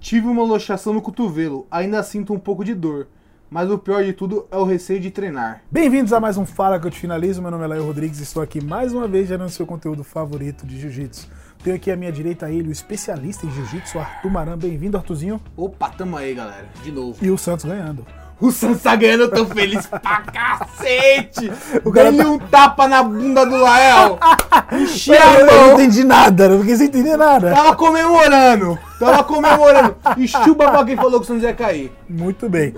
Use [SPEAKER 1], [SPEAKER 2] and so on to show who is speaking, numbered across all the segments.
[SPEAKER 1] Tive uma luxação no cotovelo, ainda sinto um pouco de dor. Mas o pior de tudo é o receio de treinar.
[SPEAKER 2] Bem-vindos a mais um Fala que eu te finalizo. Meu nome é Laio Rodrigues e estou aqui mais uma vez gerando seu conteúdo favorito de jiu-jitsu. Tenho aqui à minha direita ele, o especialista em jiu-jitsu, Arthur Maran. Bem-vindo, Arthurzinho.
[SPEAKER 3] Opa, tamo aí, galera. De novo.
[SPEAKER 2] E o Santos ganhando.
[SPEAKER 3] O Santos tá ganhando, eu tô feliz pra cacete.
[SPEAKER 2] O
[SPEAKER 3] O
[SPEAKER 2] cara
[SPEAKER 3] Dei-lhe
[SPEAKER 2] tá-
[SPEAKER 3] um tapa na bunda do Lael. Enchi a
[SPEAKER 2] Eu, não
[SPEAKER 3] mão.
[SPEAKER 2] entendi nada, não quis entender nada.
[SPEAKER 3] Tava comemorando. Tava comemorando. E chupa pra quem falou que o Santos ia cair.
[SPEAKER 2] Muito bem.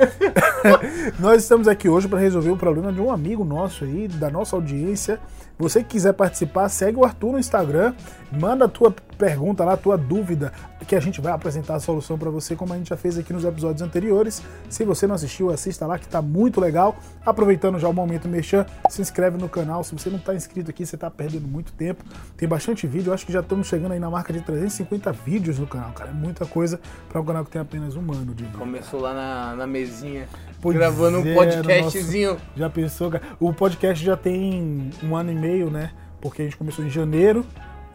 [SPEAKER 2] Nós estamos aqui hoje para resolver o problema de um amigo nosso aí, da nossa audiência. Você que quiser participar, segue o Arthur no Instagram, manda a tua pergunta lá, a tua dúvida, que a gente vai apresentar a solução para você, como a gente já fez aqui nos episódios anteriores. Se você não assistiu, assista lá que tá muito legal. Aproveitando já o momento merchan, se inscreve no canal. Se você não tá inscrito aqui, você tá perdendo muito tempo. Tem bastante vídeo, eu acho que já estamos chegando aí na marca de 350 vídeos no canal, cara. É muita coisa para um canal que tem apenas um ano de vida.
[SPEAKER 3] Começou lá na, na mesinha,
[SPEAKER 2] Pois
[SPEAKER 3] gravando
[SPEAKER 2] é,
[SPEAKER 3] um podcastzinho.
[SPEAKER 2] Já pensou, cara? O podcast já tem um ano e meio, né? Porque a gente começou em janeiro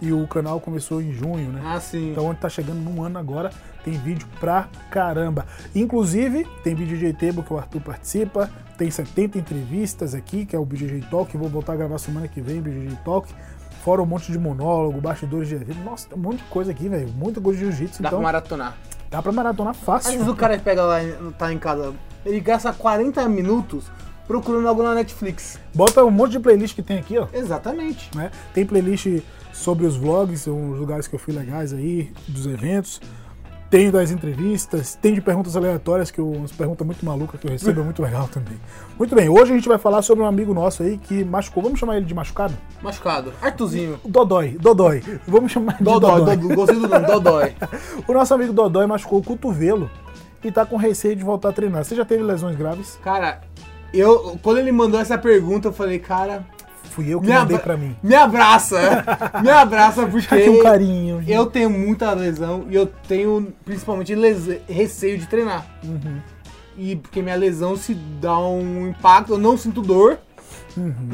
[SPEAKER 2] e o canal começou em junho, né?
[SPEAKER 3] Ah, sim.
[SPEAKER 2] Então, onde tá chegando num ano agora, tem vídeo pra caramba. Inclusive, tem vídeo de Eitebo que o Arthur participa, tem 70 entrevistas aqui, que é o BJJ Talk, vou voltar a gravar semana que vem, BJJ Talk. Fora um monte de monólogo, bastidores de evento. Nossa, tem um monte de coisa aqui, velho. Muita coisa de jiu-jitsu,
[SPEAKER 3] Dá pra
[SPEAKER 2] então
[SPEAKER 3] maratonar.
[SPEAKER 2] dá pra maratonar
[SPEAKER 3] Às
[SPEAKER 2] fácil.
[SPEAKER 3] vezes o cara pega lá, e tá em casa, ele gasta 40 minutos procurando algo na Netflix.
[SPEAKER 2] Bota um monte de playlist que tem aqui, ó.
[SPEAKER 3] Exatamente.
[SPEAKER 2] né? Tem playlist sobre os vlogs, uns lugares que eu fui legais aí, dos eventos. Tem das entrevistas, tem de perguntas aleatórias, que eu, umas perguntas muito malucas que eu recebo, é muito legal também. Muito bem, hoje a gente vai falar sobre um amigo nosso aí que machucou. Vamos chamar ele de machucado?
[SPEAKER 3] Machucado. Artuzinho.
[SPEAKER 2] Dodói, Dodói. Vamos chamar ele de
[SPEAKER 3] Dodói,
[SPEAKER 2] Dodói.
[SPEAKER 3] Dodói. Gostei do nome, Dodói.
[SPEAKER 2] O nosso amigo Dodói machucou o cotovelo e tá com receio de voltar a treinar. Você já teve lesões graves?
[SPEAKER 3] Cara, eu quando ele mandou essa pergunta, eu falei, cara,
[SPEAKER 2] Fui eu que
[SPEAKER 3] me,
[SPEAKER 2] mandei
[SPEAKER 3] abra-
[SPEAKER 2] pra mim.
[SPEAKER 3] me abraça. me abraça porque
[SPEAKER 2] Aqui um carinho.
[SPEAKER 3] eu tenho muita lesão e eu tenho principalmente lese- receio de treinar. E porque minha lesão se dá um impacto, eu não sinto dor,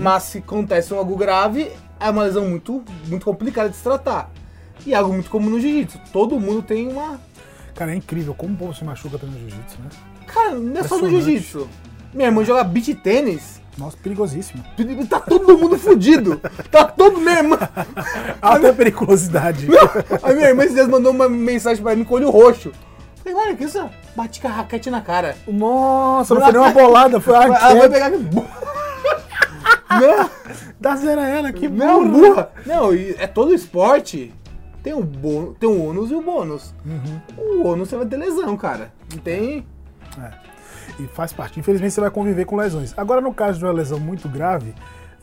[SPEAKER 3] mas se acontece um algo grave, é uma lesão muito, muito complicada de se tratar. E é algo muito comum no jiu-jitsu. Todo mundo tem uma
[SPEAKER 2] Cara, é incrível como o povo se machuca também no jiu-jitsu, né?
[SPEAKER 3] Cara, não é só no
[SPEAKER 2] Impressionante.
[SPEAKER 3] jiu-jitsu. Minha irmã joga beat tênis.
[SPEAKER 2] Nossa, perigosíssimo.
[SPEAKER 3] Tá todo mundo fudido. Tá todo minha irmã.
[SPEAKER 2] Alta periculosidade.
[SPEAKER 3] A minha irmã esses dias mandou uma mensagem pra mim com o olho roxo. Falei, olha que isso? Bati com a raquete na cara.
[SPEAKER 2] Nossa, não foi nem uma bolada, foi a
[SPEAKER 3] Ela vai
[SPEAKER 2] queda.
[SPEAKER 3] pegar. Não,
[SPEAKER 2] Dá zero a ela, que
[SPEAKER 3] não,
[SPEAKER 2] burro.
[SPEAKER 3] burra. Não, e é todo esporte. Tem o bônus, tem o ônus e o bônus.
[SPEAKER 2] Uhum.
[SPEAKER 3] O ônus você vai ter lesão, cara. Não tem.
[SPEAKER 2] É. E faz parte. Infelizmente você vai conviver com lesões. Agora, no caso de uma lesão muito grave,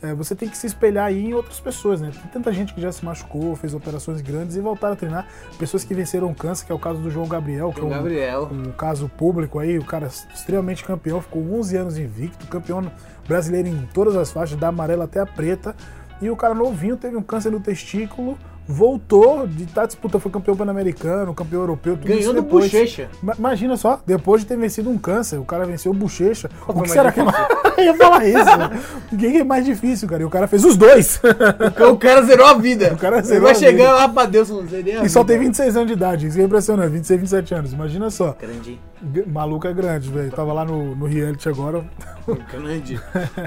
[SPEAKER 2] é, você tem que se espelhar aí em outras pessoas, né? Tem tanta gente que já se machucou, fez operações grandes e voltaram a treinar. Pessoas que venceram o câncer, que é o caso do João Gabriel, que é
[SPEAKER 3] O
[SPEAKER 2] um,
[SPEAKER 3] Gabriel.
[SPEAKER 2] um caso público aí, o cara extremamente campeão, ficou 11 anos invicto, campeão brasileiro em todas as faixas, da amarela até a preta. E o cara novinho teve um câncer no testículo, voltou de tá disputando, foi campeão pan-americano, campeão europeu, tudo isso
[SPEAKER 3] Ganhou do
[SPEAKER 2] depois.
[SPEAKER 3] bochecha.
[SPEAKER 2] Ma- Imagina só, depois de ter vencido um câncer, o cara venceu bochecha.
[SPEAKER 3] foi
[SPEAKER 2] O que
[SPEAKER 3] mais
[SPEAKER 2] será que é mais... Eu ia falar isso? O que que é mais difícil, cara? E o cara fez os dois.
[SPEAKER 3] O cara zerou a vida.
[SPEAKER 2] O cara
[SPEAKER 3] Ele
[SPEAKER 2] zerou
[SPEAKER 3] vai
[SPEAKER 2] a
[SPEAKER 3] chegar
[SPEAKER 2] vida.
[SPEAKER 3] lá pra Deus. não zerei a
[SPEAKER 2] E só
[SPEAKER 3] vida.
[SPEAKER 2] tem 26 anos de idade, isso que é impressionante, 26, 27 anos, imagina só.
[SPEAKER 3] Grande.
[SPEAKER 2] G- Maluco é grande, velho. Tava lá no, no reality agora,
[SPEAKER 3] Grande.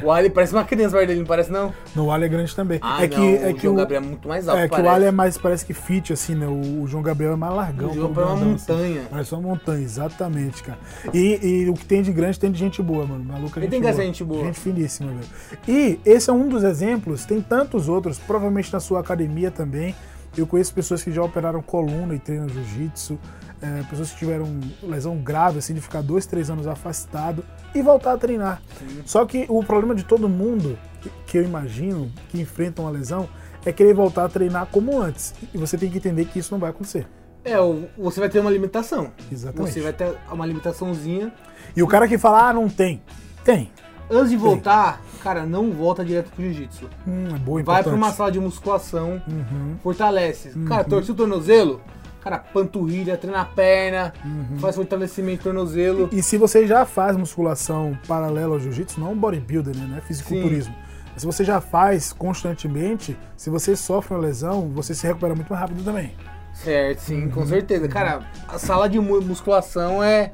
[SPEAKER 3] O Ali parece uma criança perto dele, não parece não?
[SPEAKER 2] No o Ali é grande também.
[SPEAKER 3] Ah,
[SPEAKER 2] é
[SPEAKER 3] não,
[SPEAKER 2] que,
[SPEAKER 3] o
[SPEAKER 2] é que
[SPEAKER 3] João
[SPEAKER 2] o,
[SPEAKER 3] Gabriel é muito mais alto,
[SPEAKER 2] é que o
[SPEAKER 3] parece.
[SPEAKER 2] Ali é mais, parece que fit, assim, né? O, o João Gabriel é mais largão.
[SPEAKER 3] O João
[SPEAKER 2] todo
[SPEAKER 3] é uma
[SPEAKER 2] grandão, assim.
[SPEAKER 3] montanha.
[SPEAKER 2] Parece uma montanha, exatamente, cara. E, e o que tem de grande tem de gente boa, mano. Maluca
[SPEAKER 3] Ele
[SPEAKER 2] gente
[SPEAKER 3] tem que
[SPEAKER 2] boa.
[SPEAKER 3] ser gente boa.
[SPEAKER 2] Gente finíssima, velho. E esse é um dos exemplos, tem tantos outros, provavelmente na sua academia também. Eu conheço pessoas que já operaram coluna e treinam jiu-jitsu, é, pessoas que tiveram lesão grave, assim, de ficar dois, três anos afastado e voltar a treinar. Só que o problema de todo mundo, que eu imagino, que enfrenta uma lesão, é querer voltar a treinar como antes. E você tem que entender que isso não vai acontecer.
[SPEAKER 3] É, o- você vai ter uma limitação.
[SPEAKER 2] Exatamente.
[SPEAKER 3] Você vai ter uma limitaçãozinha.
[SPEAKER 2] E o cara que fala, ah, não tem. Tem.
[SPEAKER 3] Antes de voltar, cara, não volta direto pro jiu-jitsu.
[SPEAKER 2] Hum, é
[SPEAKER 3] Vai
[SPEAKER 2] boa, importante.
[SPEAKER 3] pra uma sala de musculação,
[SPEAKER 2] Uhum.
[SPEAKER 3] fortalece. Cara, torceu o tornozelo, cara, panturrilha, treina a perna,
[SPEAKER 2] Uhum.
[SPEAKER 3] faz fortalecimento de tornozelo.
[SPEAKER 2] E se você já faz musculação paralela ao jiu-jitsu, não bodybuilder, né? não é Fisiculturismo. Se você já faz constantemente, se você sofre uma lesão, você se recupera muito mais rápido também.
[SPEAKER 3] Certo, sim,
[SPEAKER 2] Uhum.
[SPEAKER 3] com certeza. Cara, a sala de mu- musculação é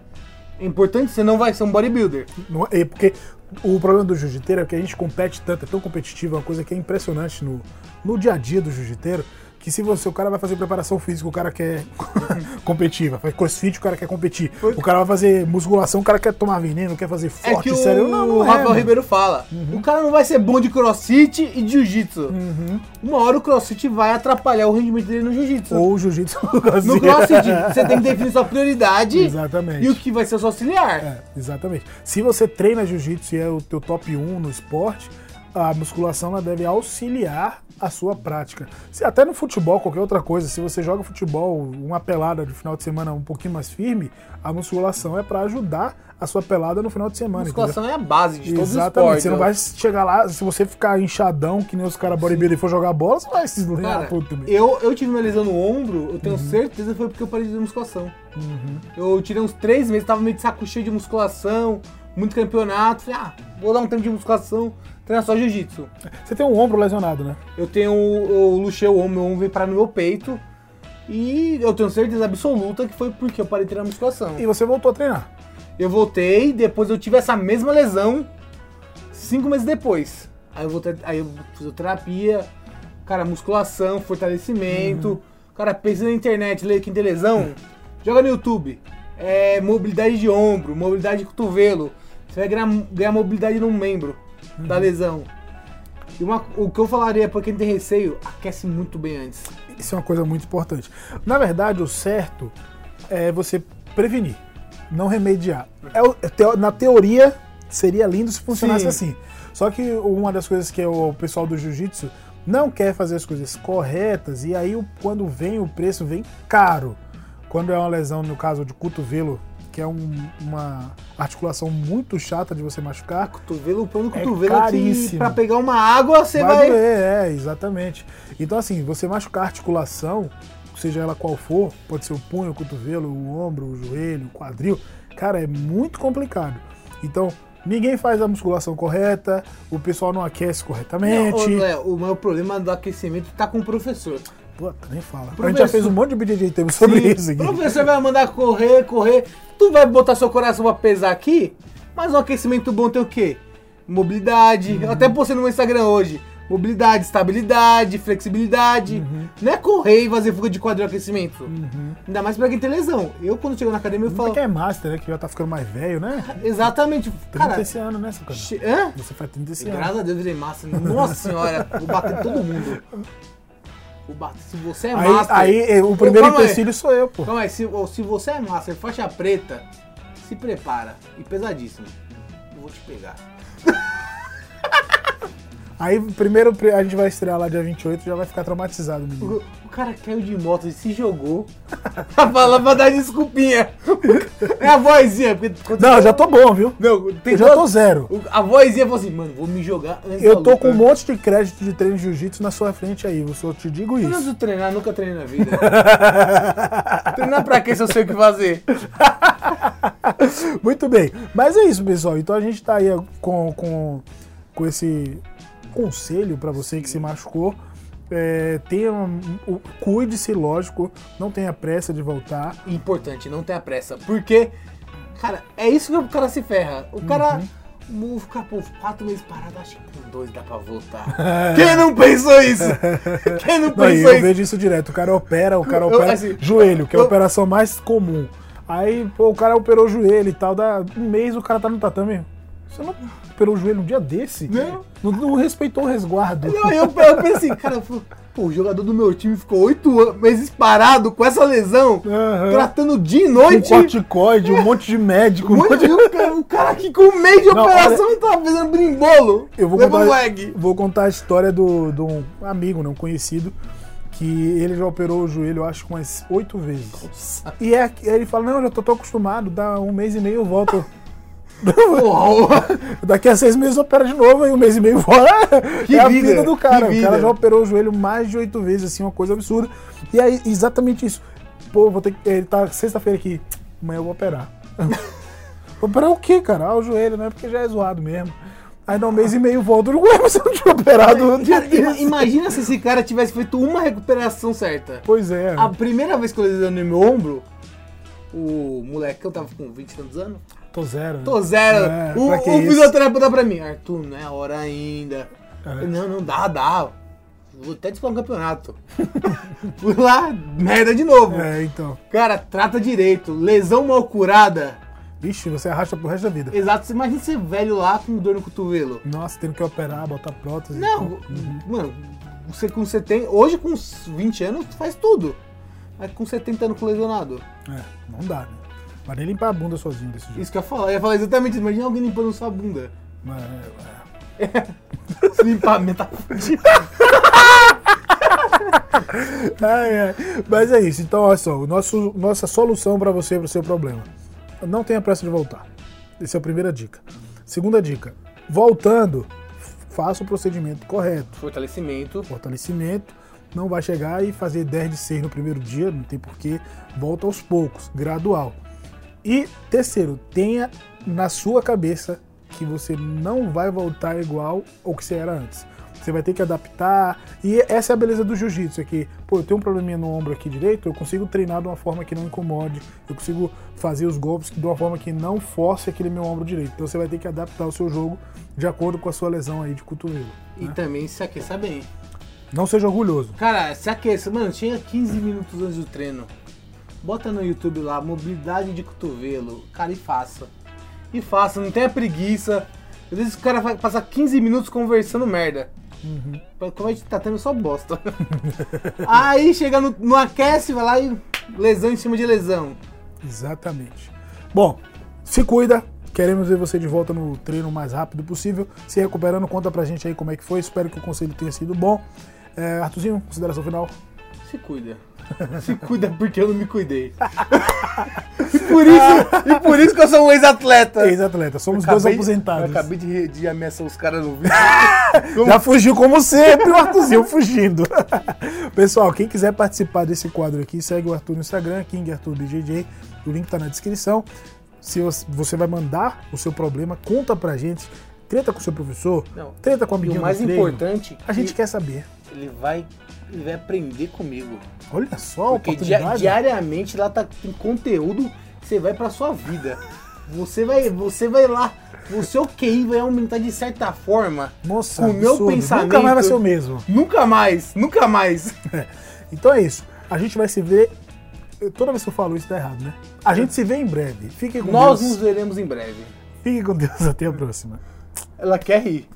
[SPEAKER 3] importante, você não vai ser um bodybuilder.
[SPEAKER 2] Não é, é porque o problema do jiu-jiteiro é que a gente compete tanto, é tão competitivo, é uma coisa que é impressionante no, no dia a dia do jiu-jiteiro, que se você, o cara vai fazer preparação física, o cara quer competir, vai fazer crossfit, o cara quer competir, o cara vai fazer musculação, o cara quer tomar veneno, quer fazer
[SPEAKER 3] É
[SPEAKER 2] forte,
[SPEAKER 3] que o
[SPEAKER 2] sério, não, não é,
[SPEAKER 3] Rafael
[SPEAKER 2] mano. Uhum.
[SPEAKER 3] Ribeiro fala. O cara não vai ser bom de crossfit e de jiu-jitsu.
[SPEAKER 2] Uhum.
[SPEAKER 3] Uma hora o crossfit vai atrapalhar o rendimento dele no jiu-jitsu.
[SPEAKER 2] Ou o jiu-jitsu no
[SPEAKER 3] No
[SPEAKER 2] Brasil.
[SPEAKER 3] crossfit, você tem que definir sua prioridade
[SPEAKER 2] Exatamente.
[SPEAKER 3] e o que vai ser o seu auxiliar.
[SPEAKER 2] É, exatamente. Se você treina jiu-jitsu e é o teu top 1 no esporte, a musculação ela deve auxiliar a sua prática. Se até no futebol, qualquer outra coisa, se você joga futebol, uma pelada de final de semana um pouquinho mais firme, a musculação é pra ajudar a sua pelada no final de semana. entendeu?
[SPEAKER 3] Musculação é a base de todos
[SPEAKER 2] Exatamente,
[SPEAKER 3] os esportes. né?
[SPEAKER 2] você não
[SPEAKER 3] ó.
[SPEAKER 2] vai chegar lá, se você ficar inchadão, que nem os caras bodybuilder e for jogar bola, você vai se
[SPEAKER 3] Cara,
[SPEAKER 2] eslunar tudo também.
[SPEAKER 3] eu, eu tive uma lesão no ombro, eu
[SPEAKER 2] Uhum.
[SPEAKER 3] tenho certeza que foi porque eu parei de fazer musculação. Eu tirei uns três meses, tava meio de saco cheio de musculação, muito campeonato. Falei, ah, vou dar um tempo de musculação, treinar só jiu-jitsu.
[SPEAKER 2] Você tem um ombro lesionado, né?
[SPEAKER 3] Eu tenho. Eu luxei o ombro, meu ombro veio parar no meu peito. E eu tenho certeza absoluta que foi porque eu parei de treinar musculação.
[SPEAKER 2] E você voltou a treinar.
[SPEAKER 3] Eu voltei, depois eu tive essa mesma lesão cinco meses depois. Aí eu voltei, aí eu fisioterapia, cara, musculação, fortalecimento.
[SPEAKER 2] Uhum.
[SPEAKER 3] Cara, pesquisa na internet, lê quem tem lesão, joga no YouTube. É mobilidade de ombro, mobilidade de cotovelo. Você vai ganhar, ganhar mobilidade no membro
[SPEAKER 2] Uhum.
[SPEAKER 3] da lesão. E uma- o que eu falaria pra quem tem receio, aquece muito bem antes.
[SPEAKER 2] Isso é uma coisa muito importante. Na verdade, o certo é você prevenir, não remediar. É o- é teo- na teoria, seria lindo se funcionasse
[SPEAKER 3] Sim.
[SPEAKER 2] assim. Só que uma das coisas que o pessoal do jiu-jitsu não quer fazer as coisas corretas, e aí o- quando vem o preço, vem caro. Quando é uma lesão, no caso de cotovelo, que é um- uma articulação muito chata de você machucar,
[SPEAKER 3] Cotovelo, o plano
[SPEAKER 2] É
[SPEAKER 3] cotovelo é que
[SPEAKER 2] caríssimo.
[SPEAKER 3] pra pegar uma água você
[SPEAKER 2] vai
[SPEAKER 3] vai.
[SPEAKER 2] doer, é, exatamente. Então, assim, você machucar a articulação, seja ela qual for, pode ser o punho, o cotovelo, o ombro, o joelho, o quadril, cara, é muito complicado. Então, ninguém faz a musculação correta, o pessoal não aquece
[SPEAKER 3] Não, ô,
[SPEAKER 2] corretamente.
[SPEAKER 3] Léo, o meu problema do aquecimento tá com o professor.
[SPEAKER 2] Puta, nem fala. A gente já
[SPEAKER 3] Professor-
[SPEAKER 2] fez um monte de BJJ tema sobre
[SPEAKER 3] Sim,
[SPEAKER 2] isso
[SPEAKER 3] O
[SPEAKER 2] aqui.
[SPEAKER 3] professor vai mandar correr, correr. Tu vai botar seu coração pra pesar aqui, mas um aquecimento bom tem o quê? Mobilidade.
[SPEAKER 2] Uhum.
[SPEAKER 3] Eu até postei no meu Instagram hoje. Mobilidade, estabilidade, flexibilidade.
[SPEAKER 2] Uhum.
[SPEAKER 3] Não é correr e fazer fuga de quadril aquecimento. Ainda mais pra quem tem lesão. Eu, quando chego na academia, eu
[SPEAKER 2] Você
[SPEAKER 3] falo.
[SPEAKER 2] que é master, né? Que já tá ficando mais velho, né? 30
[SPEAKER 3] Exatamente. Cara,
[SPEAKER 2] esse ano, né, sacana?
[SPEAKER 3] che- hã?
[SPEAKER 2] Você faz 30 esse ano.
[SPEAKER 3] Graças a Deus, virei massa. Nossa senhora, vou bater em todo mundo. Vou bater. Se você é
[SPEAKER 2] Aí,
[SPEAKER 3] master.
[SPEAKER 2] aí, eh, o
[SPEAKER 3] Ô,
[SPEAKER 2] primeiro
[SPEAKER 3] calma aí.
[SPEAKER 2] empecilho sou eu, pô.
[SPEAKER 3] Então é, se, ou se você é master faixa preta, se prepara. E pesadíssimo. Eu vou te pegar.
[SPEAKER 2] Aí, primeiro a gente vai estrear lá dia 28 já vai ficar traumatizado, menino.
[SPEAKER 3] O, o cara caiu de moto e se jogou pra falar Tá pra dar desculpinha. É a vozinha. Porque, quando-
[SPEAKER 2] Não, eu já tô bom, viu?
[SPEAKER 3] Não, tem
[SPEAKER 2] Eu já tô
[SPEAKER 3] todo-
[SPEAKER 2] zero.
[SPEAKER 3] o- A vozinha falou assim, mano, vou me jogar antes da
[SPEAKER 2] Eu tô
[SPEAKER 3] luta.
[SPEAKER 2] com um monte de crédito de treino de jiu-jitsu na sua frente aí, eu só te digo
[SPEAKER 3] Eu não
[SPEAKER 2] isso.
[SPEAKER 3] preciso treinar, nunca treinei na vida. treinar pra quê se eu sei o que fazer?
[SPEAKER 2] Muito bem. Mas é isso, pessoal. Então a gente tá aí com, com, com esse conselho pra você que se machucou. É, tenha um- o- cuide-se, lógico, não tenha pressa de voltar.
[SPEAKER 3] importante, não tenha pressa. Porque, cara, é isso que o cara se ferra. O cara.
[SPEAKER 2] Uhum.
[SPEAKER 3] mu- Ficar por quatro meses parado, acho que com dois dá pra voltar. Quem não pensou isso? Quem não
[SPEAKER 2] Não, e
[SPEAKER 3] pensou
[SPEAKER 2] eu
[SPEAKER 3] isso?
[SPEAKER 2] vejo isso direto. O cara opera, o cara
[SPEAKER 3] Eu-
[SPEAKER 2] opera
[SPEAKER 3] assim,
[SPEAKER 2] joelho, que é a
[SPEAKER 3] eu-
[SPEAKER 2] operação mais comum. Aí, pô, o cara operou o joelho e tal, dá um mês o cara tá no tatame. Você não operou o joelho um dia desse?
[SPEAKER 3] Não.
[SPEAKER 2] Não, não respeitou o resguardo.
[SPEAKER 3] Né? Não, eu, eu pensei, cara, eu falo, pô, o jogador do meu time ficou oito an- meses parado com essa lesão,
[SPEAKER 2] Aham.
[SPEAKER 3] tratando dia e
[SPEAKER 2] Um
[SPEAKER 3] noite.
[SPEAKER 2] corticoide, um monte de médico. um monte de-
[SPEAKER 3] Muito- o cara- o cara que com meio de
[SPEAKER 2] Não,
[SPEAKER 3] operação tá fazendo brimbolo.
[SPEAKER 2] Eu vou
[SPEAKER 3] Leva um
[SPEAKER 2] contar,
[SPEAKER 3] leg.
[SPEAKER 2] vou contar a história do- de um amigo, né, um conhecido, que ele já operou o joelho, eu acho, umas oito vezes. E é, ele fala, não, eu já tô, tô acostumado, dá um mês e meio eu volto.
[SPEAKER 3] Porra.
[SPEAKER 2] Daqui a seis meses opera de novo, aí um mês e meio fora.
[SPEAKER 3] Que
[SPEAKER 2] é a
[SPEAKER 3] vida,
[SPEAKER 2] vida do cara.
[SPEAKER 3] que
[SPEAKER 2] O
[SPEAKER 3] vida.
[SPEAKER 2] cara já operou o joelho mais de oito vezes, assim, uma coisa absurda. E aí, exatamente isso. Pô, vou ter que. Ele tá sexta-feira aqui. Amanhã eu vou operar. vou operar o quê, cara? Ah, o joelho, né? Porque já é zoado mesmo. Aí dá um mês e meio volta no Ué, mas você não tinha operado no dia
[SPEAKER 3] Cara, ima-
[SPEAKER 2] desse.
[SPEAKER 3] imagina se esse cara tivesse feito uma recuperação certa.
[SPEAKER 2] Pois é.
[SPEAKER 3] A primeira vez que eu lesionei meu ombro, o moleque, eu tava com 20 e tantos anos,
[SPEAKER 2] Tô zero. né?
[SPEAKER 3] tô zero.
[SPEAKER 2] É,
[SPEAKER 3] o
[SPEAKER 2] pra que
[SPEAKER 3] o
[SPEAKER 2] isso?
[SPEAKER 3] fisioterapeuta pra mim, Arthur, não é hora ainda.
[SPEAKER 2] É.
[SPEAKER 3] Eu, Não, não, dá, dá. Vou até disputar um campeonato. Fui lá, merda de novo.
[SPEAKER 2] É, então.
[SPEAKER 3] Cara, trata direito. Lesão mal curada.
[SPEAKER 2] Vixe, você arrasta pro resto da vida.
[SPEAKER 3] Exato, você imagina ser velho lá com dor no cotovelo.
[SPEAKER 2] Nossa, tendo que operar, botar prótese.
[SPEAKER 3] Não, mano, você com 70. Hoje com uns 20 anos tu faz tudo. Mas com 70 anos com lesionado.
[SPEAKER 2] É, não dá, né? Mas nem limpar a bunda sozinho desse jeito.
[SPEAKER 3] Isso que eu ia falar. Eu ia falar exatamente isso. Imagina alguém limpando sua bunda.
[SPEAKER 2] Mas, é,
[SPEAKER 3] Se limpar a meta.
[SPEAKER 2] é. Ai, ai. Mas é isso. Então, olha só. o nosso- nossa solução pra você, é pro seu problema. Não tenha pressa de voltar. Essa é a primeira dica. Segunda dica. Voltando, faça o procedimento correto.
[SPEAKER 3] Fortalecimento.
[SPEAKER 2] fortalecimento. Não vai chegar e fazer 10 de 6 no primeiro dia, não tem porquê. Volta aos poucos, gradual. E terceiro, tenha na sua cabeça que você não vai voltar igual ao que você era antes. Você vai ter que adaptar. E essa é a beleza do jiu-jitsu, é que, pô, eu tenho um probleminha no ombro aqui direito, eu consigo treinar de uma forma que não incomode, eu consigo fazer os golpes de uma forma que não force aquele meu ombro direito. Então você vai ter que adaptar o seu jogo de acordo com a sua lesão aí de cotovelo.
[SPEAKER 3] E também se aqueça bem.
[SPEAKER 2] Não seja orgulhoso.
[SPEAKER 3] Cara, se aqueça. Mano, tinha 15 minutos antes do treino. Bota no YouTube lá, mobilidade de cotovelo. Cara, e faça. E faça, não tenha preguiça. Às vezes o cara vai passar 15 minutos conversando merda. Pra- Como a gente tá tendo só bosta. Aí chega no, no aquece, vai lá e lesão em cima de lesão.
[SPEAKER 2] Exatamente. Bom, se cuida. Queremos ver você de volta no treino o mais rápido possível. Se recuperando, conta pra gente aí como é que foi. Espero que o conselho tenha sido bom. É, Artuzinho, consideração final.
[SPEAKER 3] Se cuida. Se cuida porque eu não me cuidei. e, por isso, e por isso que eu sou um ex-atleta.
[SPEAKER 2] Ex-atleta, somos dois aposentados.
[SPEAKER 3] Eu acabei de, re- de ameaçar os caras no vídeo.
[SPEAKER 2] Já fugiu como sempre, o Arthurzinho fugindo. Pessoal, quem quiser participar desse quadro aqui, segue o Arthur no Instagram, King Arthur BJJ, o link tá na descrição. Se você- você vai mandar o seu problema, conta pra gente. Treta com o seu professor,
[SPEAKER 3] Não.
[SPEAKER 2] treta com a
[SPEAKER 3] E
[SPEAKER 2] amiguinha
[SPEAKER 3] o
[SPEAKER 2] no
[SPEAKER 3] mais
[SPEAKER 2] treino.
[SPEAKER 3] importante, é
[SPEAKER 2] A gente
[SPEAKER 3] que
[SPEAKER 2] quer saber.
[SPEAKER 3] ele vai, ele vai aprender comigo.
[SPEAKER 2] Olha só a
[SPEAKER 3] Porque dia-
[SPEAKER 2] oportunidade.
[SPEAKER 3] diariamente lá tá tem conteúdo que você vai pra sua vida. Você vai, você vai lá, o seu QI vai aumentar de certa forma.
[SPEAKER 2] Nossa,
[SPEAKER 3] o meu
[SPEAKER 2] absurdo.
[SPEAKER 3] pensamento
[SPEAKER 2] Nunca mais vai ser o mesmo.
[SPEAKER 3] Nunca mais, nunca mais.
[SPEAKER 2] Então é isso. A gente vai se ver. eu- Toda vez que eu falo isso tá errado, né? A gente se vê em breve. Fiquem com
[SPEAKER 3] Nós
[SPEAKER 2] Deus.
[SPEAKER 3] nos veremos em breve.
[SPEAKER 2] Fiquem com Deus. Até a próxima.
[SPEAKER 3] Ela quer rir.